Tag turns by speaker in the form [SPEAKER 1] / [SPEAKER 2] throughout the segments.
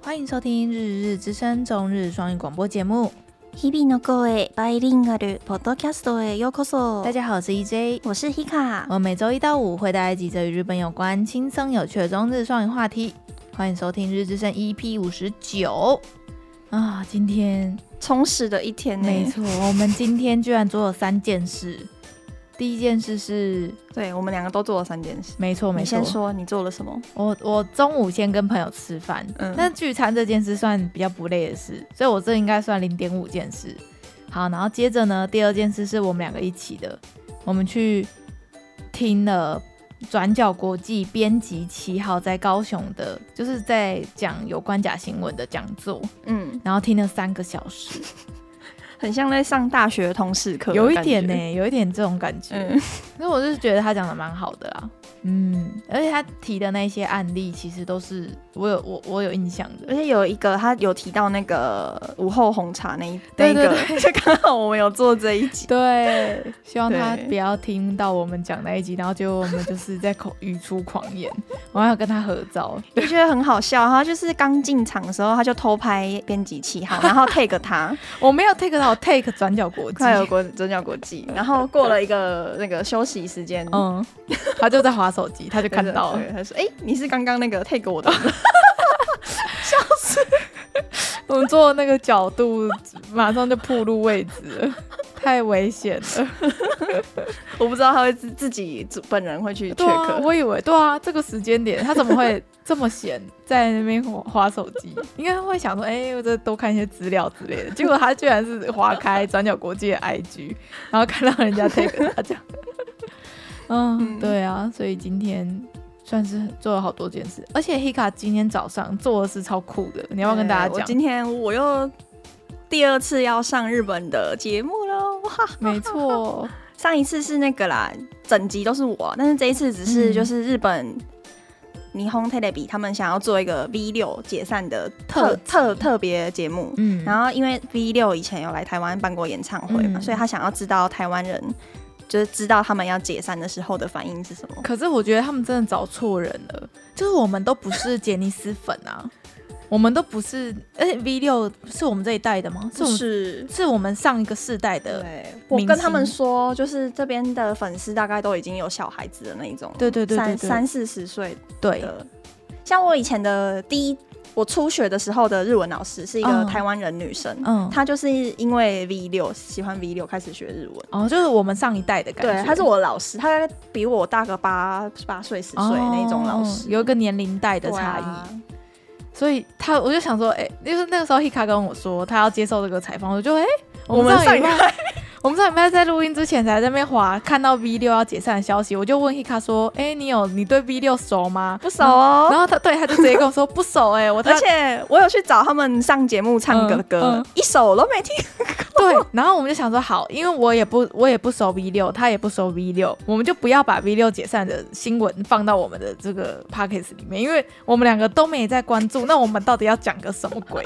[SPEAKER 1] 欢迎收听《日日之声》中日双语广播节目。
[SPEAKER 2] 日々の声バイリンガルポッドキャストへようこそ
[SPEAKER 1] 大。家好，我是 EJ，
[SPEAKER 2] 我是 Hika，
[SPEAKER 1] 我每周一到五会带来几则与日本有关、轻松有趣的中日双语话题。欢迎收听《日之声》EP 五十九。啊，今天
[SPEAKER 2] 充实的一天呢。
[SPEAKER 1] 没错，我们今天居然做了三件事。第一件事是，
[SPEAKER 2] 对我们两个都做了三件事。
[SPEAKER 1] 没错没
[SPEAKER 2] 你
[SPEAKER 1] 错
[SPEAKER 2] 先，说你做了什么？
[SPEAKER 1] 我我中午先跟朋友吃饭，
[SPEAKER 2] 嗯
[SPEAKER 1] 但聚餐这件事算比较不累的事，所以我这应该算零点五件事。好，然后接着呢，第二件事是我们两个一起的，我们去听了转角国际编辑七号在高雄的，就是在讲有关假新闻的讲座，
[SPEAKER 2] 嗯，
[SPEAKER 1] 然后听了三个小 时，
[SPEAKER 2] 很像在上大学通识课，
[SPEAKER 1] 有一点呢、。有一点这种感觉。
[SPEAKER 2] 嗯，
[SPEAKER 1] 那我就是觉得他讲的蛮好的啦，嗯，而且他提的那些案例其实都是我有我我有印象的，
[SPEAKER 2] 而且有一个他有提到那个午后红茶那一
[SPEAKER 1] 对
[SPEAKER 2] 那一
[SPEAKER 1] 对
[SPEAKER 2] 个，就刚好我们有做这一集。
[SPEAKER 1] 对，希望他
[SPEAKER 2] 对
[SPEAKER 1] 不要听到我们讲那一集，然后结果我们就是在口语出狂言， 我还要跟他合照，
[SPEAKER 2] 我觉得很好笑，他就是刚进场的时候，他就偷拍编辑七号，然后 take 他，
[SPEAKER 1] 我没有 take 到我 take 转角国际，
[SPEAKER 2] 快有国真叫国际，然后过了一个那个休息时间，
[SPEAKER 1] 嗯，他就在划手机，他就
[SPEAKER 2] 对，
[SPEAKER 1] 看到了
[SPEAKER 2] 对，他说：“哎、你是刚刚那个 take 我的 吗，
[SPEAKER 1] 我们坐那个角度马上就暴露位置了，太危险了。
[SPEAKER 2] 我不知道他会自自己自本人会去
[SPEAKER 1] 对啊，
[SPEAKER 2] check，、
[SPEAKER 1] 我以为对啊，这个时间点他怎么会 这么闲在那边划划手机？ 应该会想说，哎、我这多看一些资料之类的。结果他居然是划开转角国际的 IG，然后看到人 家 take 他这样。嗯，
[SPEAKER 2] 嗯
[SPEAKER 1] 对啊，所以今天算是做了好多件事，而且 Hika 今天早上做的是超酷的，你
[SPEAKER 2] 你
[SPEAKER 1] 要不要跟大家
[SPEAKER 2] 我
[SPEAKER 1] 讲？
[SPEAKER 2] 今天我又第二次要上日本的节目喽，哇！
[SPEAKER 1] 没 错，
[SPEAKER 2] 上一次是那个啦，整集都是我，但是这一次只是
[SPEAKER 1] 嗯
[SPEAKER 2] 就是日本。霓虹 t e l e b 他们想要做一个 V 六解散的特
[SPEAKER 1] 特
[SPEAKER 2] 特
[SPEAKER 1] 辑
[SPEAKER 2] 特别节目，
[SPEAKER 1] 嗯，
[SPEAKER 2] 然后因为 V 六以前有来台湾办过演唱会嘛，
[SPEAKER 1] 嗯
[SPEAKER 2] 所以他想要知道台湾人就是知道他们要解散的时候的反应是什么。
[SPEAKER 1] 可是我觉得他们真的找错人了，就是我们都不是杰尼斯粉啊，我们都不是，而且 V 六是我们这一代的吗？是我们
[SPEAKER 2] 是，
[SPEAKER 1] 是我们上一个世代的，
[SPEAKER 2] 对，我跟他们说，就是这边的粉丝大概都已经有小孩子的那一种，
[SPEAKER 1] 对对对对对
[SPEAKER 2] 三三四十岁
[SPEAKER 1] 对
[SPEAKER 2] 的。像我以前的第一，我初学的时候的日文老师是一个
[SPEAKER 1] 嗯
[SPEAKER 2] 台湾人女生，
[SPEAKER 1] 嗯，
[SPEAKER 2] 她就是因为 V 六喜欢 V 六开始学日文。
[SPEAKER 1] 哦，就是我们上一代的感觉，
[SPEAKER 2] 对，她是我老师，她大概比我大个八八岁十岁那一种老师，
[SPEAKER 1] 哦有一个年龄代的
[SPEAKER 2] 对
[SPEAKER 1] 差异，
[SPEAKER 2] 啊
[SPEAKER 1] 所以他我就想说，哎、就是那个时候 Hika 跟我说他要接受这个采访，我就哎、
[SPEAKER 2] 我们上
[SPEAKER 1] 礼
[SPEAKER 2] 礼
[SPEAKER 1] 拜。 我们上礼拜在录音之前才在那边滑，看到 V 六要解散的消息，我就问 Hika 说：“哎、你有你对 V 六熟吗？”
[SPEAKER 2] 不熟哦。
[SPEAKER 1] 然后他对他就直接跟我说 不熟哎、我
[SPEAKER 2] 而
[SPEAKER 1] 他
[SPEAKER 2] 且我有去找他们上节目唱歌
[SPEAKER 1] 嗯
[SPEAKER 2] 歌，
[SPEAKER 1] 嗯
[SPEAKER 2] 一首我都没听。
[SPEAKER 1] 对，然后我们就想说好，因为我也不我也不熟 V 六，他也不熟 V 六，我们就不要把 V 六解散的新闻放到我们的这个 p o c k e t 里面，因为我们两个都没在关注，那我们到底要讲个什么 鬼？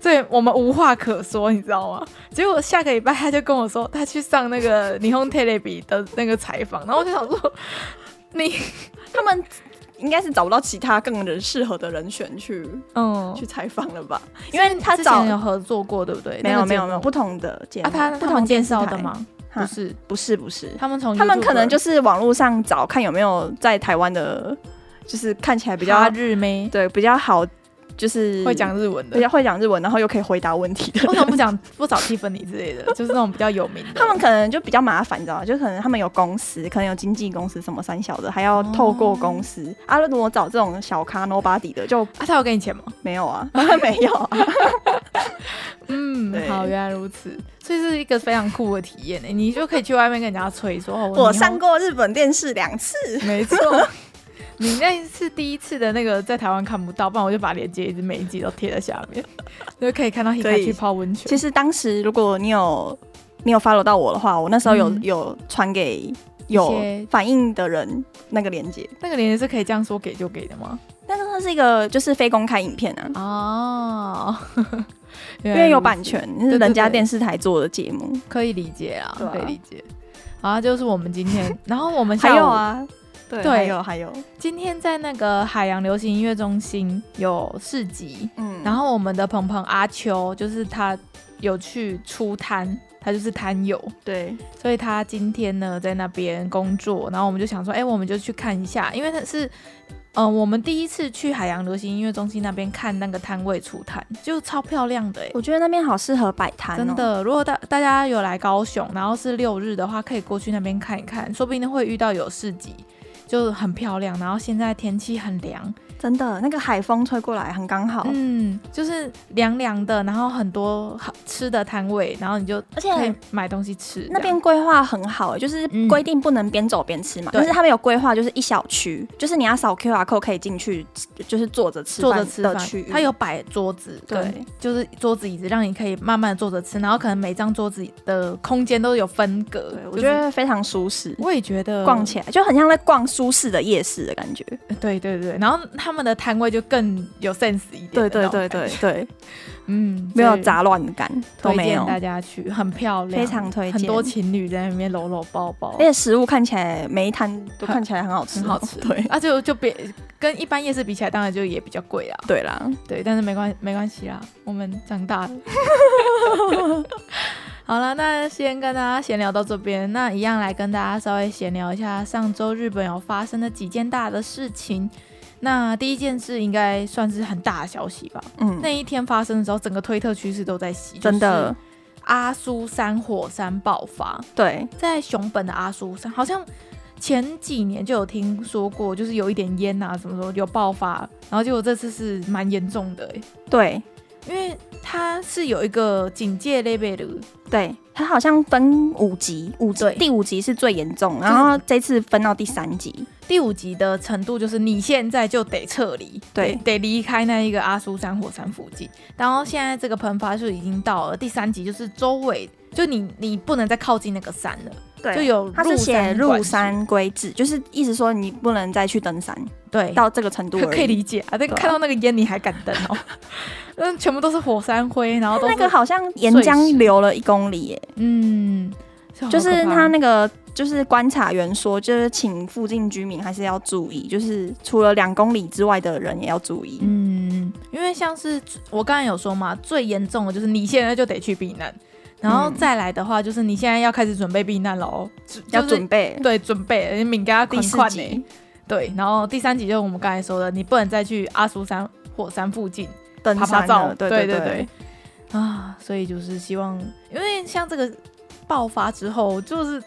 [SPEAKER 1] 所以我们无话可说，你知道吗？结果下个礼拜他就跟我说他去上那个霓虹 Telebi 的那个采访，然后我就想说 你
[SPEAKER 2] 他们应该是找不到其他更人适合的人选去、
[SPEAKER 1] 嗯，
[SPEAKER 2] 去采访了吧？
[SPEAKER 1] 因为
[SPEAKER 2] 他
[SPEAKER 1] 之
[SPEAKER 2] 找
[SPEAKER 1] 前有合作过对不对？
[SPEAKER 2] 没
[SPEAKER 1] 哎那
[SPEAKER 2] 有
[SPEAKER 1] 个
[SPEAKER 2] 没
[SPEAKER 1] 节
[SPEAKER 2] 有
[SPEAKER 1] 目
[SPEAKER 2] 没有不同的节目，
[SPEAKER 1] 啊，他
[SPEAKER 2] 不
[SPEAKER 1] 他们
[SPEAKER 2] 同
[SPEAKER 1] 介
[SPEAKER 2] 电视
[SPEAKER 1] 绍
[SPEAKER 2] 台
[SPEAKER 1] 的？吗？
[SPEAKER 2] 哈
[SPEAKER 1] 不是，
[SPEAKER 2] 不是不是，
[SPEAKER 1] 他们从
[SPEAKER 2] 他们
[SPEAKER 1] YouTuber
[SPEAKER 2] 可能就是网络上找看有没有在台湾的，就是看起来比
[SPEAKER 1] 哈
[SPEAKER 2] 较
[SPEAKER 1] 日妹，
[SPEAKER 2] 对比较好，就是
[SPEAKER 1] 会讲日文的
[SPEAKER 2] 比。较会讲日文，然后又可以回答 问题的
[SPEAKER 1] 为
[SPEAKER 2] 人。
[SPEAKER 1] 什么不讲不找蒂芬尼之类的， 就是那种比较有名的？
[SPEAKER 2] 他们可能就比较麻烦，你知道吗？就可能他们有公司，可能有经纪公司什么三小的，还
[SPEAKER 1] 哦
[SPEAKER 2] 要透过公司。啊，如果找这种小咖 nobody 的就
[SPEAKER 1] 啊，他有给你钱吗？
[SPEAKER 2] 没 有啊，没有啊。
[SPEAKER 1] 嗯
[SPEAKER 2] 对，
[SPEAKER 1] 好，原来如此，所以是一个非常酷的体验诶、欸你就可以去外面跟人家吹说，哦、
[SPEAKER 2] 我
[SPEAKER 1] 你好
[SPEAKER 2] 上，过日本电视两次，
[SPEAKER 1] 没错。你那次第一次的那个在台湾看不到，不然我就把链接一直每一集都贴在下面， 就可以看到 h
[SPEAKER 2] 可
[SPEAKER 1] i
[SPEAKER 2] 以
[SPEAKER 1] 去泡温泉。
[SPEAKER 2] 其实当时如果你有你有 follow 到我的话，我那时候有、
[SPEAKER 1] 嗯
[SPEAKER 2] 有传给有
[SPEAKER 1] 一些
[SPEAKER 2] 反应的人那个链接，
[SPEAKER 1] 那个链接是可以这样说给就给的吗？
[SPEAKER 2] 但是它是一个就是非公开影片啊，
[SPEAKER 1] 哦， 因
[SPEAKER 2] 因为有版权，
[SPEAKER 1] 对对
[SPEAKER 2] 是人家
[SPEAKER 1] 对
[SPEAKER 2] 电视台做的节目。
[SPEAKER 1] 可以理解啊，
[SPEAKER 2] 对啊
[SPEAKER 1] 可以理解。啊，就是我们今天，然后我们
[SPEAKER 2] 还
[SPEAKER 1] 下午
[SPEAKER 2] 有啊，对
[SPEAKER 1] 对
[SPEAKER 2] 还有还有，
[SPEAKER 1] 今天在那个海洋流行音乐中心有市集，
[SPEAKER 2] 嗯
[SPEAKER 1] 然后我们的鹏鹏阿秋，就是他有去出摊，他就是摊友，
[SPEAKER 2] 对，
[SPEAKER 1] 所以他今天呢在那边工作，然后我们就想说，哎、我们就去看一下，因为他是，嗯、我们第一次去海洋流行音乐中心那边看那个摊位出摊，就超漂亮的、哎。
[SPEAKER 2] 我觉得那边好适合摆摊、哦，
[SPEAKER 1] 真。的，如果大大家有来高雄，然后是六日的话，可以过去那边看一看，说不定会遇到有市集，就很漂亮。然后现在天气很凉，
[SPEAKER 2] 真的，那个海风吹过来很刚好，
[SPEAKER 1] 嗯，就是凉凉的，然后很多好吃的摊位，然后你就
[SPEAKER 2] 而且
[SPEAKER 1] 可以买东西吃。
[SPEAKER 2] 那边规划很好，就是
[SPEAKER 1] 嗯
[SPEAKER 2] 规定不能边走边吃嘛，
[SPEAKER 1] 对
[SPEAKER 2] 但是他们有规划，就是一小区，就是你要扫 QR code 可以进去，就是坐着
[SPEAKER 1] 这
[SPEAKER 2] 吃
[SPEAKER 1] 样坐
[SPEAKER 2] 饭
[SPEAKER 1] 着吃
[SPEAKER 2] 的
[SPEAKER 1] 饭
[SPEAKER 2] 区域。
[SPEAKER 1] 它有摆桌子，
[SPEAKER 2] 对，
[SPEAKER 1] 就是桌子椅子，让你可以慢慢地坐着吃，然后可能每张桌子的空间都有分隔。
[SPEAKER 2] 对，
[SPEAKER 1] 就
[SPEAKER 2] 我
[SPEAKER 1] 是
[SPEAKER 2] 觉得非常舒适，
[SPEAKER 1] 我也觉得
[SPEAKER 2] 逛起来就很像在逛舒适的夜市的感觉。
[SPEAKER 1] 对对对，然后他们的摊位就更有 sense 一点。
[SPEAKER 2] 对对对对，对，
[SPEAKER 1] 嗯，
[SPEAKER 2] 没有
[SPEAKER 1] 所以
[SPEAKER 2] 杂乱感，都
[SPEAKER 1] 推
[SPEAKER 2] 没
[SPEAKER 1] 荐
[SPEAKER 2] 有，
[SPEAKER 1] 大家去，很漂亮，
[SPEAKER 2] 非常推荐。
[SPEAKER 1] 很多情侣在那边搂搂抱抱
[SPEAKER 2] 而，且食物看起来每一摊都看起来很好吃哦，
[SPEAKER 1] 很好吃。
[SPEAKER 2] 对
[SPEAKER 1] 啊就就别跟一般夜市比起来，当然就也比较贵啊。
[SPEAKER 2] 对啦，
[SPEAKER 1] 对，但是没关没关系啦，我们长大 了。 好了，那先跟大家闲聊到这边，那一样来跟大家稍微闲聊一下上周日本有发生的几件大的事情。那第一件事应该算是很大的消息吧。
[SPEAKER 2] 嗯
[SPEAKER 1] 那，一天发生的时候，整个推特趋势都在洗，
[SPEAKER 2] 真的，
[SPEAKER 1] 阿苏山火山爆发，
[SPEAKER 2] 对，
[SPEAKER 1] 在熊本的阿苏山，好像前几年就有听说过，就是有一点烟啊，什么时候有爆发，然后结果这次是蛮严重的、欸，
[SPEAKER 2] 对
[SPEAKER 1] 因为它是有一个警戒 level，
[SPEAKER 2] 对，它好像分五级，五级
[SPEAKER 1] 对
[SPEAKER 2] 第五级是最严重，
[SPEAKER 1] 是
[SPEAKER 2] 然后这次分到第三级，
[SPEAKER 1] 第五级的程度就是你现在就得撤离，
[SPEAKER 2] 对
[SPEAKER 1] 得得离开那一个阿苏山火山附近，然后现在这个喷发就已经到了第三级，就是周围就你你不能再靠近那个山了，
[SPEAKER 2] 对啊
[SPEAKER 1] 就有
[SPEAKER 2] 它是写入
[SPEAKER 1] 管
[SPEAKER 2] 山规制，就是意思说你不能再去登山，
[SPEAKER 1] 对
[SPEAKER 2] 到这个程度而已
[SPEAKER 1] 可以理解啊，但
[SPEAKER 2] 对啊
[SPEAKER 1] 看到那个烟你还敢登 哦？嗯，全部都是火山灰，然后都
[SPEAKER 2] 那
[SPEAKER 1] 是
[SPEAKER 2] 个好像岩
[SPEAKER 1] 碎石
[SPEAKER 2] 浆流了一公里耶，
[SPEAKER 1] 嗯，好
[SPEAKER 2] 就是
[SPEAKER 1] 可怕
[SPEAKER 2] 他那个就是观察员说，就是请附近居民还是要注意，就是除了两公里之外的人也要注意。
[SPEAKER 1] 嗯，因为像是我刚才有说嘛，最严重的就是你现在就得去避难，然后
[SPEAKER 2] 嗯
[SPEAKER 1] 再来的话就是你现在要开始准备避难喽，就
[SPEAKER 2] 要
[SPEAKER 1] 就是
[SPEAKER 2] 准备
[SPEAKER 1] 对准备，你敏感要
[SPEAKER 2] 第
[SPEAKER 1] 款
[SPEAKER 2] 四
[SPEAKER 1] 款呢
[SPEAKER 2] 集，，
[SPEAKER 1] 对，然后第三集就是我们刚才说的，你不能再去阿苏山火山附近
[SPEAKER 2] 登
[SPEAKER 1] 爬爬
[SPEAKER 2] 山
[SPEAKER 1] 照
[SPEAKER 2] 了，，对
[SPEAKER 1] 对
[SPEAKER 2] 对
[SPEAKER 1] 啊，所以就是希望，因为像这个爆发之后，就是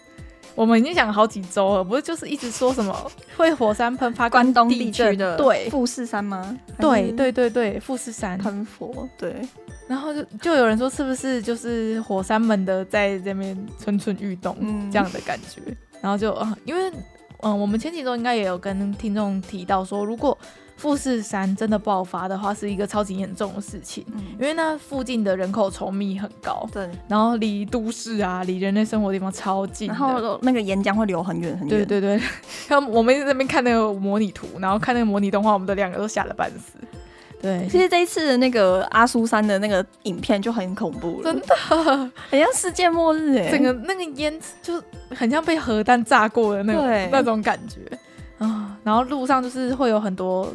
[SPEAKER 1] 我们已经讲了好几周了，不是就是一直说什 么会火山喷发跟
[SPEAKER 2] 关东地
[SPEAKER 1] 地
[SPEAKER 2] 区
[SPEAKER 1] 震
[SPEAKER 2] 的
[SPEAKER 1] 对
[SPEAKER 2] 富士山吗？
[SPEAKER 1] 对对对对富士山，
[SPEAKER 2] 喷佛对，
[SPEAKER 1] 然后就就有人说是不是就是火山们的在这边蠢蠢欲动、
[SPEAKER 2] 嗯
[SPEAKER 1] 这样的感觉，然后就啊，因为嗯，我们前几周应该也有跟听众提到说，如果富士山真的爆发的话，是一个超级严重的事情，
[SPEAKER 2] 嗯
[SPEAKER 1] 因，为那附近的人口稠密很高。
[SPEAKER 2] 对，
[SPEAKER 1] 然后离都市啊，离人类生活的地方超近的。
[SPEAKER 2] 然后那个岩浆会流很远很远，
[SPEAKER 1] 对对对， 他们我们一直在那边看那个模拟图，然后看那个模拟动画，我们都两个都吓得半死。对，
[SPEAKER 2] 其实这一次的那个阿苏山的那个影片就很恐怖了，
[SPEAKER 1] 真的，
[SPEAKER 2] 很像世界末日哎、
[SPEAKER 1] 整个那个烟就很像被核弹炸过的那
[SPEAKER 2] 对
[SPEAKER 1] 种那种感觉啊。然后路上就是会有很多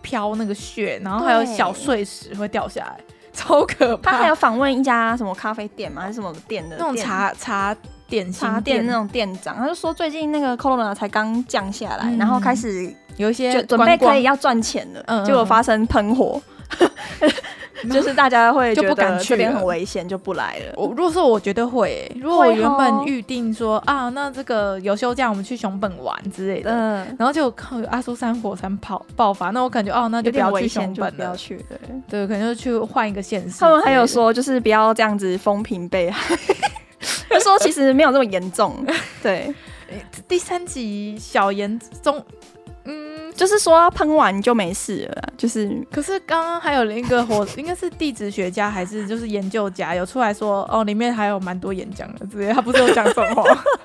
[SPEAKER 1] 飘那个雪，然后还有
[SPEAKER 2] 对
[SPEAKER 1] 小碎石会掉下来，超可怕。
[SPEAKER 2] 他还有访问一家什么咖啡店嘛，还是什么店的
[SPEAKER 1] 那种
[SPEAKER 2] 店
[SPEAKER 1] 茶茶点心
[SPEAKER 2] 茶店那种店长，他就说最近那个 corona 才刚降下来，
[SPEAKER 1] 嗯
[SPEAKER 2] 然后开始
[SPEAKER 1] 有一些
[SPEAKER 2] 就准备
[SPEAKER 1] 观光
[SPEAKER 2] 可以要赚钱了，
[SPEAKER 1] 嗯嗯嗯
[SPEAKER 2] 结果发生喷火， 就是大家会
[SPEAKER 1] 就
[SPEAKER 2] 觉
[SPEAKER 1] 不敢
[SPEAKER 2] 得
[SPEAKER 1] 去
[SPEAKER 2] 这边
[SPEAKER 1] 了
[SPEAKER 2] 很危险，就不来了。
[SPEAKER 1] 我如果说我绝对会欸、如果我
[SPEAKER 2] 会
[SPEAKER 1] 原
[SPEAKER 2] 吼
[SPEAKER 1] 本预定说啊，那这个有休假，我们去熊本玩之类的，
[SPEAKER 2] 嗯，
[SPEAKER 1] 然后就靠阿苏山火山爆爆发，那我感觉哦，那
[SPEAKER 2] 有
[SPEAKER 1] 就不
[SPEAKER 2] 点
[SPEAKER 1] 要去
[SPEAKER 2] 危
[SPEAKER 1] 熊
[SPEAKER 2] 险，就
[SPEAKER 1] 本
[SPEAKER 2] 不要
[SPEAKER 1] 了，
[SPEAKER 2] 去。对，
[SPEAKER 1] 对，可能就去换一个县市。
[SPEAKER 2] 他们还有，说，就是不要这样子风评被害， 他说其实没有这么严 重。对，
[SPEAKER 1] 第三集小严中，嗯，
[SPEAKER 2] 就是说喷完就没事了啦，就是
[SPEAKER 1] 可是刚刚还有一个火， 应该是地质学家还是就是研究家有出来说，哦，里面还有蛮多演讲的之类的，他不是有讲这种话，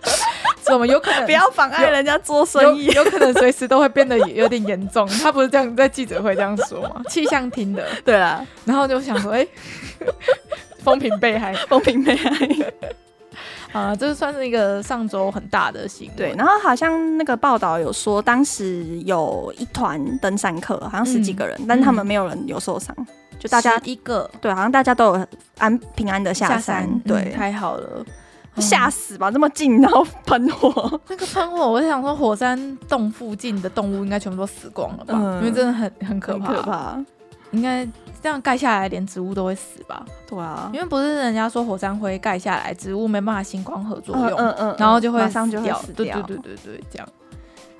[SPEAKER 1] 怎么有可能
[SPEAKER 2] 不要妨碍人家做
[SPEAKER 1] 有
[SPEAKER 2] 生意。
[SPEAKER 1] 有可能随时都会变得有点严重。 他不是这样在记者会这样说 吗？气象厅的，
[SPEAKER 2] 对啊 啦，
[SPEAKER 1] 然后就想说，哎、风评被害，
[SPEAKER 2] 风评被害。
[SPEAKER 1] 啊，这算是一个上周很大的新闻。
[SPEAKER 2] 对，然后好像那个报道有说，当时有一团登山客，好像十几个人，但是他们没有人有受伤，就大家
[SPEAKER 1] 一个
[SPEAKER 2] 对，好像大家都有安平安的下山，嗯
[SPEAKER 1] 嗯
[SPEAKER 2] 对，
[SPEAKER 1] 太好了。
[SPEAKER 2] 吓
[SPEAKER 1] 下
[SPEAKER 2] 死吧！这么近，然后喷火，
[SPEAKER 1] 那个喷火，我想说火山洞附近的动物应该全部都死光了吧？
[SPEAKER 2] 嗯
[SPEAKER 1] 因为真的很很可
[SPEAKER 2] 很
[SPEAKER 1] 怕，
[SPEAKER 2] 可怕。
[SPEAKER 1] 应该这样盖下来，连植物都会死吧？
[SPEAKER 2] 对啊，
[SPEAKER 1] 因为不是人家说火山灰盖下来，植物没办法星光合作用，
[SPEAKER 2] 嗯
[SPEAKER 1] 然后就会
[SPEAKER 2] 马上就会
[SPEAKER 1] 掉
[SPEAKER 2] 死
[SPEAKER 1] 对
[SPEAKER 2] 掉
[SPEAKER 1] 对对对对，这样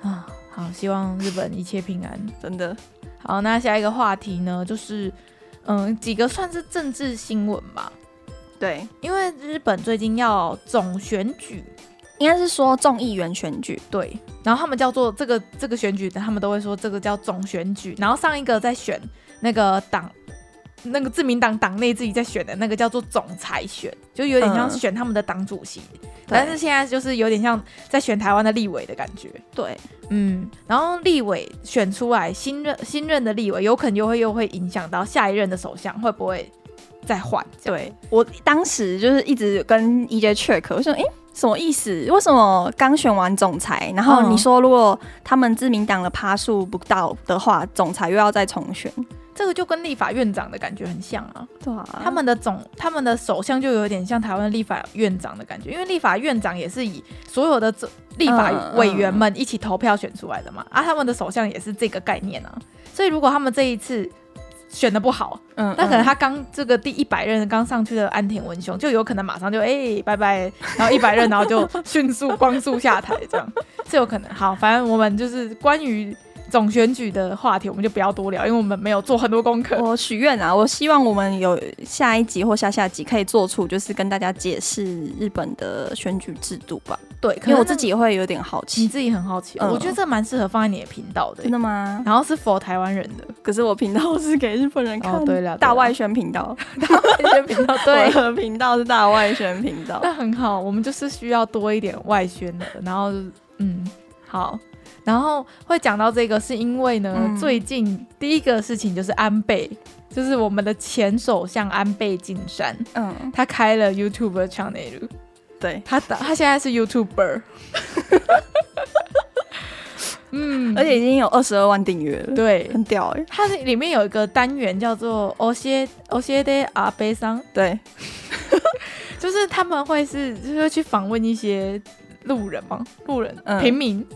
[SPEAKER 1] 啊，好，希望日本一切平安。
[SPEAKER 2] 真的，
[SPEAKER 1] 好，那下一个话题呢，就是嗯，几个算是政治新闻吧，
[SPEAKER 2] 对，
[SPEAKER 1] 因为日本最近要总选举，
[SPEAKER 2] 应该是说众议员选举，
[SPEAKER 1] 对，然后他们叫做这个这个选举，他们都会说这个叫总选举，然后上一个在选那个党。那个自民党党内自己在选的那个叫做总裁选，就有点像
[SPEAKER 2] 嗯
[SPEAKER 1] 选他们的党主席，但
[SPEAKER 2] 但
[SPEAKER 1] 是
[SPEAKER 2] 是
[SPEAKER 1] 现在就是有点像在选台湾的立委的感觉。
[SPEAKER 2] 对
[SPEAKER 1] 嗯，然后立委选出来新任新任的立委，有可能又会又会影响到下一任的首相会不会再换？这样，
[SPEAKER 2] 对，我当时就是一直跟 EJ check，我说，诶，什么意思？为什么刚选完总裁，然后
[SPEAKER 1] 嗯
[SPEAKER 2] 你说如果他们自民党的趴数不到的话，总裁又要再重选？
[SPEAKER 1] 这个就跟立法院长的感觉很像啊。
[SPEAKER 2] 对啊
[SPEAKER 1] 他们的总他们的首相就有点像台湾立法院长的感觉，因为立法院长也是以所有的这立法
[SPEAKER 2] 嗯
[SPEAKER 1] 委员们一起投票选出来的嘛，啊，他们的首相也是这个概念啊。所以如果他们这一次选的不好，
[SPEAKER 2] 嗯
[SPEAKER 1] 那可能他刚这个第一百任刚上去的安田文雄，就有可能马上就哎、拜拜，然后一百任，然后就迅速光速下台，这样 是有可能。好，反正我们就是关于总选举的话题，我们就不要多聊，因为我们没有做很多功课。
[SPEAKER 2] 我许愿啊，我希望我们有下一集或下下集可以做出，就是跟大家解释日本的选举制度吧，
[SPEAKER 1] 对，
[SPEAKER 2] 因为我自己也会有点好
[SPEAKER 1] 你
[SPEAKER 2] 奇。
[SPEAKER 1] 自己很好奇，
[SPEAKER 2] 嗯
[SPEAKER 1] 我觉得这蛮适合放在你的频道的
[SPEAKER 2] 真。的吗？
[SPEAKER 1] 然后是否台湾人 的
[SPEAKER 2] 可是我频道是给日本人看的，
[SPEAKER 1] 哦对了对
[SPEAKER 2] 大
[SPEAKER 1] 了
[SPEAKER 2] 外宣频道，
[SPEAKER 1] 那些频道，
[SPEAKER 2] 我
[SPEAKER 1] 对，
[SPEAKER 2] 的频道是大外宣频道。
[SPEAKER 1] 那很好，我们就是需要多一点外宣的。然后就是，嗯，好，然后会讲到这个，是因为呢，
[SPEAKER 2] 嗯
[SPEAKER 1] 最近第一个事情就是安倍，就是我们的前首相安倍晋三，
[SPEAKER 2] 嗯，
[SPEAKER 1] 他开了 YouTube channel，
[SPEAKER 2] 对，
[SPEAKER 1] 他打他现在是 YouTuber，嗯，
[SPEAKER 2] 而且已经有二十二万订阅了，，
[SPEAKER 1] 对。
[SPEAKER 2] 很屌哎、
[SPEAKER 1] 它里面有一个单元叫做“哦些哦些的阿悲伤
[SPEAKER 2] 对，”，
[SPEAKER 1] 就是他们会是就是会去访问一些路人嘛，路人、
[SPEAKER 2] 嗯
[SPEAKER 1] 平民，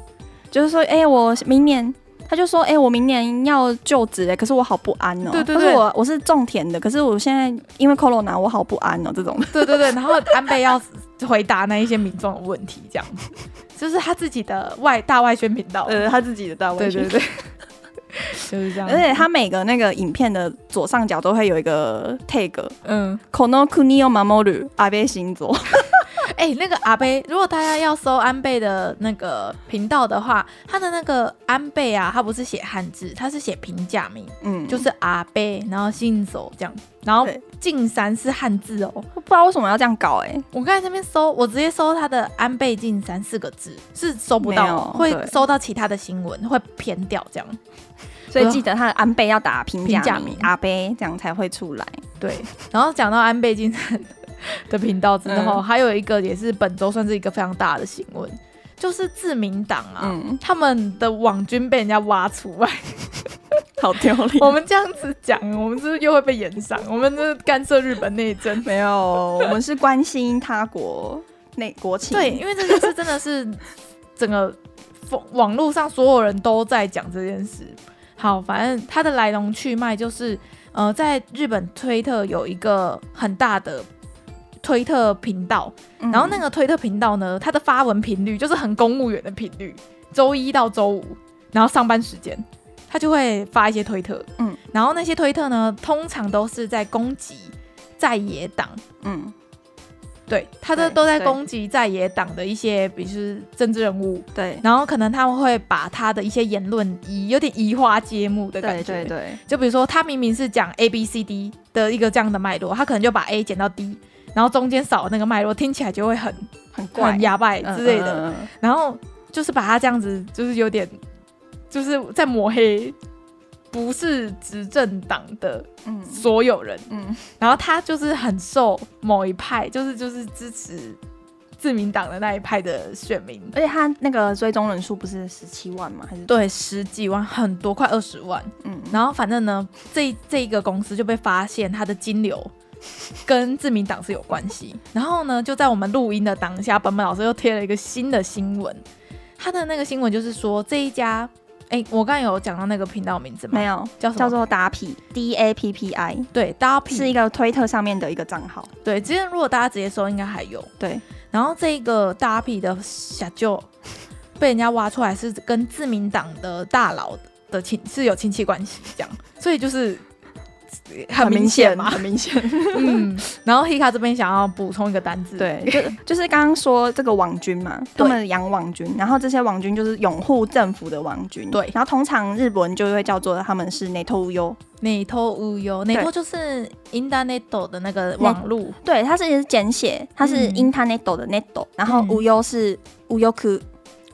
[SPEAKER 2] 就是说，哎、我明年。他就说：“哎、我明年要就职哎，可是我好不安哦、
[SPEAKER 1] 对对
[SPEAKER 2] 或
[SPEAKER 1] 对
[SPEAKER 2] 是我我是种田的，可是我现在因为 corona 我好不安哦、这种的。
[SPEAKER 1] 对对对，然后安倍要回答那一些民众的问题， 这样子，就是他自己的外大外宣频道，
[SPEAKER 2] 呃，他自己的大
[SPEAKER 1] 对
[SPEAKER 2] 外宣
[SPEAKER 1] 对对，就是这样。
[SPEAKER 2] 而且它每个那个影片的左上角都会有一个 tag。
[SPEAKER 1] 嗯，
[SPEAKER 2] Kono Kunio Mamoru 阿贝星座，
[SPEAKER 1] 哎、那个阿贝，如果大家要搜安倍的那个频道的话，他的那个安倍啊，他不是写汉字，他是写平假名，
[SPEAKER 2] 嗯，
[SPEAKER 1] 就是阿贝，然后信走这样，然后
[SPEAKER 2] 对
[SPEAKER 1] 进山是汉字哦。
[SPEAKER 2] 不知道为什么要这样搞哎、
[SPEAKER 1] 我刚才这边搜，我直接搜他的安倍晋三四个字是搜不
[SPEAKER 2] 没
[SPEAKER 1] 到
[SPEAKER 2] 有
[SPEAKER 1] 的，会
[SPEAKER 2] 对
[SPEAKER 1] 搜到其他的新闻，会偏掉这样。
[SPEAKER 2] 所以记得他的安倍要打平
[SPEAKER 1] 平假
[SPEAKER 2] 假
[SPEAKER 1] 名
[SPEAKER 2] 名阿贝，这样才会出来。
[SPEAKER 1] 对，然后讲到安倍晋三的频道之后，
[SPEAKER 2] 嗯
[SPEAKER 1] 还有一个也是本周算是一个非常大的新闻，就是自民党啊。
[SPEAKER 2] 嗯，
[SPEAKER 1] 他们的网军被人家挖出 来，
[SPEAKER 2] 好丢脸
[SPEAKER 1] 我们这样子讲，我们是不是又会被延上？我们这干涉日本内政。
[SPEAKER 2] 没有，我们是关心他国内国情。
[SPEAKER 1] 对，因为这件事真的是整个网 网络上所有人都在讲这件事。好，反正它的来龙去脉就是，呃，在日本推特有一个很大的推特频道，
[SPEAKER 2] 嗯，
[SPEAKER 1] 然后那个推特频道呢，它的发文频率就是很公务员的频率，周一到周五，然后上班时间，他就会发一些推特，
[SPEAKER 2] 嗯，
[SPEAKER 1] 然后那些推特呢，通常都是在攻击在野党，
[SPEAKER 2] 嗯，
[SPEAKER 1] 对，他都
[SPEAKER 2] 对
[SPEAKER 1] 都在
[SPEAKER 2] 对
[SPEAKER 1] 攻击在野党的一些，比如是政治人物，
[SPEAKER 2] 对
[SPEAKER 1] 然后可能他们会把他的一些言论移，有点移花接木的感
[SPEAKER 2] 对
[SPEAKER 1] 觉，
[SPEAKER 2] 对对，
[SPEAKER 1] 就比如说，他明明是讲 A B C D 的一个这样的脉络，他可能就把 A 减到 D，然后中间少了那个脉络，听起来就会很
[SPEAKER 2] 很怪
[SPEAKER 1] 很牙白之类的。。
[SPEAKER 2] 嗯嗯嗯
[SPEAKER 1] 然后就是把他这样子，就是有点就是在抹黑，不是执政党的
[SPEAKER 2] 嗯
[SPEAKER 1] 所有人。
[SPEAKER 2] 嗯
[SPEAKER 1] 然后他就是很受某一派，就是就是支持自民党的那一派的选民，
[SPEAKER 2] 而且他那个追踪人数不是十七万吗？还是
[SPEAKER 1] 对，十几万，很多，快二十万。
[SPEAKER 2] 嗯，
[SPEAKER 1] 然后反正呢，这这一个公司就被发现它的金流跟自民党是有关系。然后呢，就在我们录音的当下，本本老师又贴了一个新的新闻，他的那个新闻就是说这一家，哎，我刚才有讲到那个频道名字吗？
[SPEAKER 2] 没
[SPEAKER 1] 有，
[SPEAKER 2] 有
[SPEAKER 1] 叫什么
[SPEAKER 2] 叫做达匹 D A P P I，
[SPEAKER 1] 对，大家
[SPEAKER 2] 是一个推特上面的一个账号。
[SPEAKER 1] 对，之前如果大家直接搜，应该还有。
[SPEAKER 2] 对，
[SPEAKER 1] 然后这个大屁的小舅被人家挖出来是跟自民党的大佬的亲是有亲戚关系，这样，所以就是很明显嘛。
[SPEAKER 2] 很明显。
[SPEAKER 1] 嗯，然后 Hika 这边想要补充一个单字，
[SPEAKER 2] 对，就就是刚刚说这个网军嘛，他
[SPEAKER 1] 对
[SPEAKER 2] 们养网军，然后这些网军就是拥护政府的网军。
[SPEAKER 1] 对
[SPEAKER 2] 然后通常日本就会叫做他们是 NATO U。
[SPEAKER 1] 内偷无忧，内偷就是 internet 的那个网路，
[SPEAKER 2] 对，它是也是简写，它是
[SPEAKER 1] 嗯
[SPEAKER 2] Internet 的 Neto，然后
[SPEAKER 1] 嗯
[SPEAKER 2] 无忧是无忧科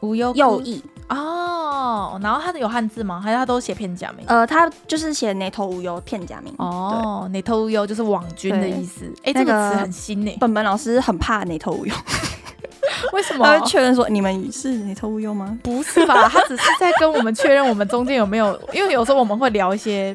[SPEAKER 1] 无忧
[SPEAKER 2] 右翼，
[SPEAKER 1] 哦。然后它的有汉字吗？还是它都写片假名？
[SPEAKER 2] 呃，它就是写 Neto 无忧片假名。
[SPEAKER 1] 哦，内偷无忧就是网军的意思。哎，这
[SPEAKER 2] 那
[SPEAKER 1] 个
[SPEAKER 2] 个
[SPEAKER 1] 词很新呢，
[SPEAKER 2] 本本老师很怕 Neto 无忧，
[SPEAKER 1] 为什么
[SPEAKER 2] 他？会确认说你们是 Neto 无忧吗？
[SPEAKER 1] 不是吧？他只是在跟我们确认我们中间有没有， 因为有时候我们会聊一些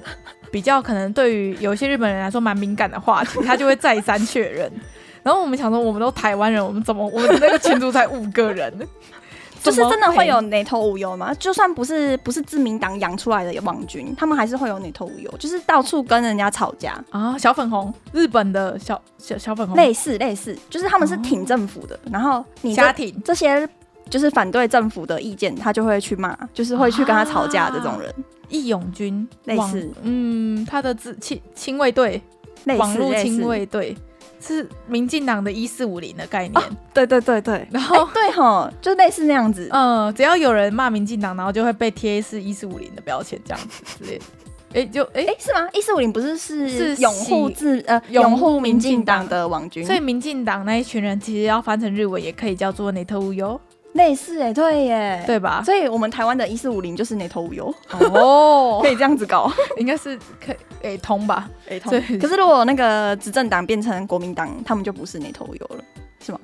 [SPEAKER 1] 比较可能对于有一些日本人来说蛮敏感的话题，他就会再三确认。 然后我们想说，我们都台湾人，我们怎么我们的那个群组才五个人，
[SPEAKER 2] 就是
[SPEAKER 1] 怎么
[SPEAKER 2] 真的会有
[SPEAKER 1] 可以
[SPEAKER 2] NATO 无忧吗？就算不是不是自民党养出来的网军，他们还是会有 NATO 无忧，就是到处跟人家吵架，
[SPEAKER 1] 啊？小粉红，日本的小小小粉红，
[SPEAKER 2] 类似类似，就是他们是
[SPEAKER 1] 哦
[SPEAKER 2] 挺政府的，然后你
[SPEAKER 1] 家
[SPEAKER 2] 这
[SPEAKER 1] 庭
[SPEAKER 2] 这些就是反对政府的意见，他就会去骂，就是会去跟他吵架
[SPEAKER 1] 啊
[SPEAKER 2] 这种人，
[SPEAKER 1] 义勇军，
[SPEAKER 2] 类
[SPEAKER 1] 网
[SPEAKER 2] 似，
[SPEAKER 1] 嗯，他的自亲亲卫队，
[SPEAKER 2] 类
[SPEAKER 1] 网
[SPEAKER 2] 似
[SPEAKER 1] 络
[SPEAKER 2] 类
[SPEAKER 1] 亲
[SPEAKER 2] 似，
[SPEAKER 1] 卫队是民进党的一四五零的概念，
[SPEAKER 2] 对对对对，
[SPEAKER 1] 然后
[SPEAKER 2] 对吼，就类似那样子。
[SPEAKER 1] 嗯，只要有人骂民进党，然后就会被贴是一四五零的标签这样子之类 的。哎、就哎、
[SPEAKER 2] 哎，是吗？一四五零不是是
[SPEAKER 1] 是
[SPEAKER 2] 拥护
[SPEAKER 1] 喜
[SPEAKER 2] 自呃
[SPEAKER 1] 拥
[SPEAKER 2] 拥
[SPEAKER 1] 护
[SPEAKER 2] 护民
[SPEAKER 1] 民进
[SPEAKER 2] 进党
[SPEAKER 1] 党
[SPEAKER 2] 的网军，
[SPEAKER 1] 所以民进党那一群人其实要翻成日文也可以叫做内特无忧，
[SPEAKER 2] 类似哎，对耶，
[SPEAKER 1] 对啊吧？
[SPEAKER 2] 所以我们台湾的 E 一四五零就是哪头无忧，
[SPEAKER 1] 哦
[SPEAKER 2] 可，以这样子搞。
[SPEAKER 1] 应该是可以哎、通吧？
[SPEAKER 2] 对，可是如果那个执政党变成国民党，他们就不是哪头无忧了。